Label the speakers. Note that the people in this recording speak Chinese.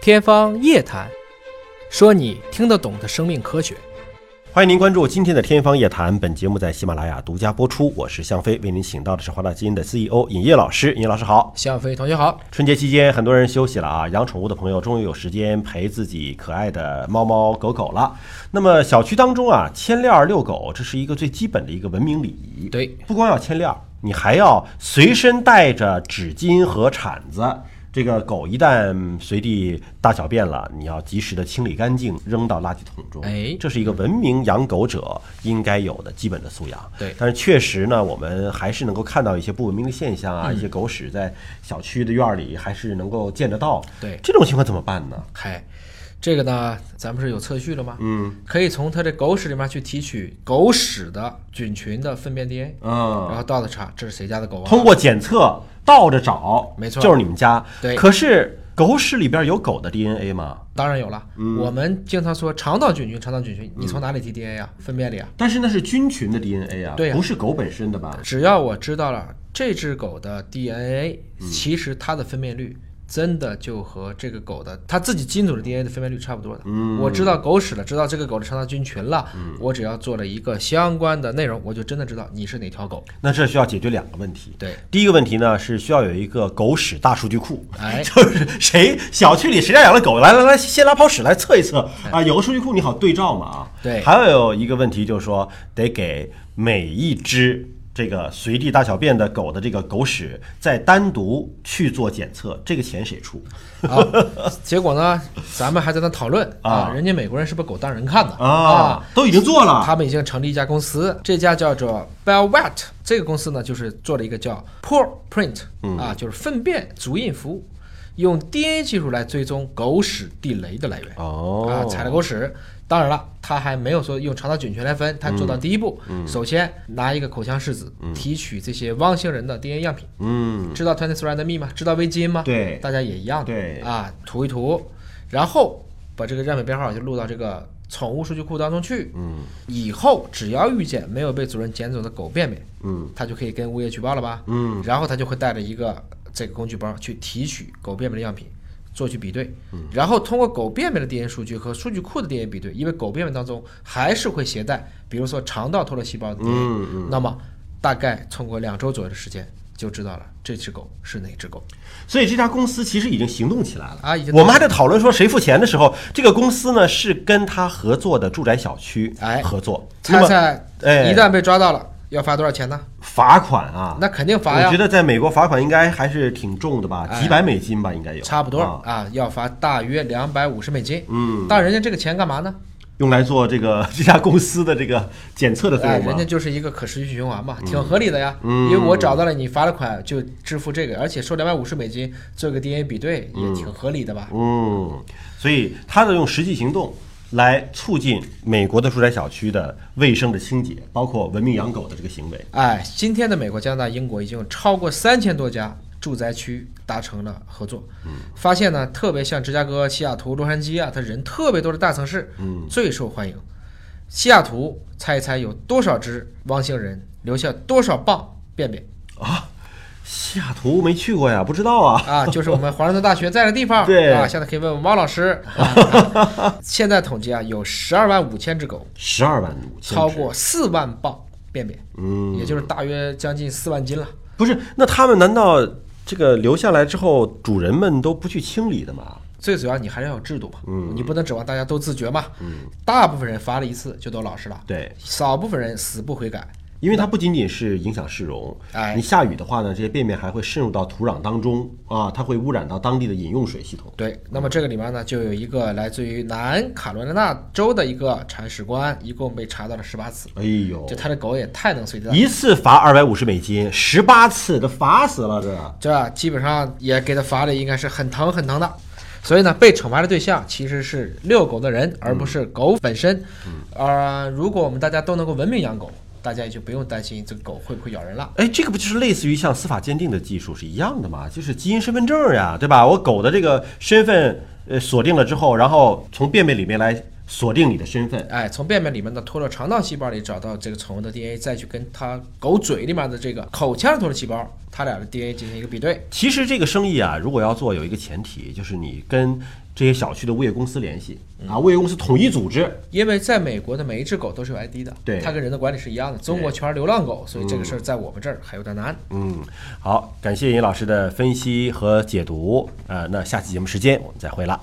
Speaker 1: 天方夜谭，说你听得懂的生命科学。
Speaker 2: 欢迎您关注今天的《天方夜谭》，本节目在喜马拉雅独家播出。我是向飞，为您请到的是华大基因的 CEO 尹烨老师。尹烨老师好。
Speaker 1: 向飞同学好，
Speaker 2: 春节期间，很多人休息了啊，养宠物的朋友终于有时间陪自己可爱的猫猫狗狗了。那么小区当中啊，牵链儿遛狗，这是一个最基本的一个文明礼仪。
Speaker 1: 对，
Speaker 2: 不光要牵链儿，你还要随身带着纸巾和铲子。这个狗一旦随地大小便了，你要及时的清理干净，扔到垃圾桶中。
Speaker 1: 哎
Speaker 2: 这是一个文明养狗者应该有的基本的素养。
Speaker 1: 对
Speaker 2: 但是确实呢，我们还是能够看到一些不文明的现象
Speaker 1: 嗯
Speaker 2: 啊，一些狗屎在小区的院儿里还是能够见得到。
Speaker 1: 对
Speaker 2: 这种情况怎么办呢？
Speaker 1: 嗨，这个呢，咱们是有测序了吗？嗯，可以从它这狗屎里面去提取狗屎的菌群的粪便 DNA，、
Speaker 2: 嗯，
Speaker 1: 然后倒着查这是谁家的狗啊？
Speaker 2: 通过检测倒着找，
Speaker 1: 没错
Speaker 2: 就是你们家。
Speaker 1: 对
Speaker 2: 可是狗屎里边有狗的 DNA 吗？
Speaker 1: 当然有了，我们经常说肠道菌群，肠道菌群，你从哪里提 DNA 啊？粪便里啊？
Speaker 2: 但是那是菌群的 DNA 啊，
Speaker 1: 对呀
Speaker 2: 不是狗本身的吧？
Speaker 1: 只要我知道了这只狗的 DNA，其实它的分辨率真的就和这个狗的它自己基因组的 DNA 的分辨率差不多的。嗯，我知道狗屎了，知道这个狗的肠道菌群了，我只要做了一个相关的内容，我就真的知道你是哪条狗。
Speaker 2: 那这需要解决两个问题。
Speaker 1: 对，
Speaker 2: 第一个问题呢是需要有一个狗屎大数据库，
Speaker 1: 哎
Speaker 2: 就是谁小区里谁家养了狗，来来来，先拉泡屎来测一测啊，有个数据库你好对照嘛啊。
Speaker 1: 对
Speaker 2: 还有一个问题就是说，得给每一只这个随地大小便的狗的这个狗屎再单独去做检测，这个钱谁出？
Speaker 1: 啊，结果呢，咱们还在那讨论啊，
Speaker 2: 啊
Speaker 1: 人家美国人是把狗当人看的
Speaker 2: 啊，都已经做了。
Speaker 1: 他们已经成立一家公司，这家叫做 Bellwet。这个公司呢，就是做了一个叫 Pore Print
Speaker 2: 嗯
Speaker 1: 啊，就是粪便足印服务，用 DNA 技术来追踪狗屎地雷的来源。啊，
Speaker 2: 哦，
Speaker 1: 踩了狗屎。当然了，他还没有说用肠道菌群来分，他做到第一步，
Speaker 2: 嗯
Speaker 1: 首先拿一个口腔试纸、提取这些汪星人的 DNA 样品，
Speaker 2: 嗯，
Speaker 1: 知道 twenty three andme 吗？知道微基因吗？
Speaker 2: 对
Speaker 1: 大家也一样的。
Speaker 2: 对
Speaker 1: 啊，涂一涂，然后把这个样品编号就录到这个宠物数据库当中去。嗯，以后只要遇见没有被主人捡走的狗便便，嗯，它就可以跟物业举报了吧？嗯，然后它就会带着一个这个工具包去提取狗便便的样品。做去比对，然后通过狗便便的 DNA 数据和数据库的 DNA 比对，因为狗便便当中还是会携带，比如说肠道脱落细胞的 DNA，、那么大概通过两周左右的时间就知道了这只狗是哪只狗。
Speaker 2: 所以这家公司其实已经行动起来了
Speaker 1: 啊已经
Speaker 2: 我们还在讨论说谁付钱的时候，这个公司呢是跟他合作的住宅小区
Speaker 1: 哎
Speaker 2: 合作，那
Speaker 1: 猜
Speaker 2: 么
Speaker 1: 猜，
Speaker 2: 哎
Speaker 1: 一旦被抓到了，要罚多少钱呢？
Speaker 2: 罚款啊，
Speaker 1: 那肯定罚
Speaker 2: 我觉
Speaker 1: 呀，哎
Speaker 2: 得在美国罚款应该还是挺重的吧，几百美金吧，应该有，
Speaker 1: 差不多
Speaker 2: 啊
Speaker 1: 啊，要罚大约两百五十美金。嗯，但人家这个钱干嘛呢？
Speaker 2: 用来做这个 这家公司的这个检测的费
Speaker 1: 哎，
Speaker 2: 用
Speaker 1: 人家
Speaker 2: 吗？
Speaker 1: 就是一个可持续循环嘛，
Speaker 2: 嗯
Speaker 1: 挺合理的呀。因为我找到了你罚了款，就支付这个，而且收两百五十美金做个 DNA 比对，也挺合理的吧？
Speaker 2: 嗯，所以他的用实际行动。来促进美国的住宅小区的卫生的清洁，包括文明养狗的这个行为。
Speaker 1: 哎，今天的美国、加拿大、英国已经有超过三千多家住宅区达成了合作。嗯，发现呢，特别像芝加哥、西雅图、洛杉矶啊，它人特别多的大城市，嗯，最受欢迎。西雅图，猜一猜有多少只汪星人留下多少磅便便
Speaker 2: 西雅图没去过呀，不知道啊。
Speaker 1: 啊？就是我们华盛顿大学在的地方，
Speaker 2: 对
Speaker 1: 啊，现在可以问问汪老 师。啊、现在统计啊，有十二万五千只狗，
Speaker 2: 十二万五千，
Speaker 1: 超过四万磅便便，
Speaker 2: 嗯，
Speaker 1: 也就是大约将近四万斤了。
Speaker 2: 不是，那他们难道这个留下来之后，主人们都不去清理的吗？
Speaker 1: 最主要你还是要有制度嘛，你不能指望大家都自觉嘛，大部分人罚了一次就都老实了，
Speaker 2: 对，
Speaker 1: 少部分人死不悔改，
Speaker 2: 因为它不仅仅是影响市容，
Speaker 1: 哎
Speaker 2: 你下雨的话呢，这些便便还会渗入到土壤当中啊，它会污染到当地的饮用水系统。
Speaker 1: 对，那么这个里面呢，就有一个来自于南卡罗来纳州的一个铲屎官，一共被查到了十八次，
Speaker 2: 哎呦
Speaker 1: 就，他的狗也太能随地大小
Speaker 2: 一次罚二百五十美金，十八次，这罚死了这。
Speaker 1: 这基本上也给他罚的应该是很疼很疼的。所以呢，被惩罚的对象其实是遛狗的人，而不是狗本身。呃，如果我们大家都能够文明养狗，大家也就不用担心这个狗会不会咬人了。
Speaker 2: 哎，这个不就是类似于像司法鉴定的技术是一样的吗？就是基因身份证呀，对吧？我狗的这个身份呃锁定了之后，然后从便便里面来锁定你的身份。
Speaker 1: 哎，从便便里面的脱落肠道细胞里找到这个宠物的 DNA，再去跟它狗嘴里面的这个口腔脱落细胞，它俩的 DNA 进行一个比对。
Speaker 2: 其实这个生意啊，如果要做，有一个前提就是你跟这些小区的物业公司联系啊，物业公司统一组织。
Speaker 1: 因为在美国的每一只狗都是有 ID 的，
Speaker 2: 对
Speaker 1: 它跟人的管理是一样的。中国全是流浪狗，所以这个事儿在我们这儿还有点难。
Speaker 2: 嗯，好，感谢尹老师的分析和解读。呃，那下期节目时间我们再会了。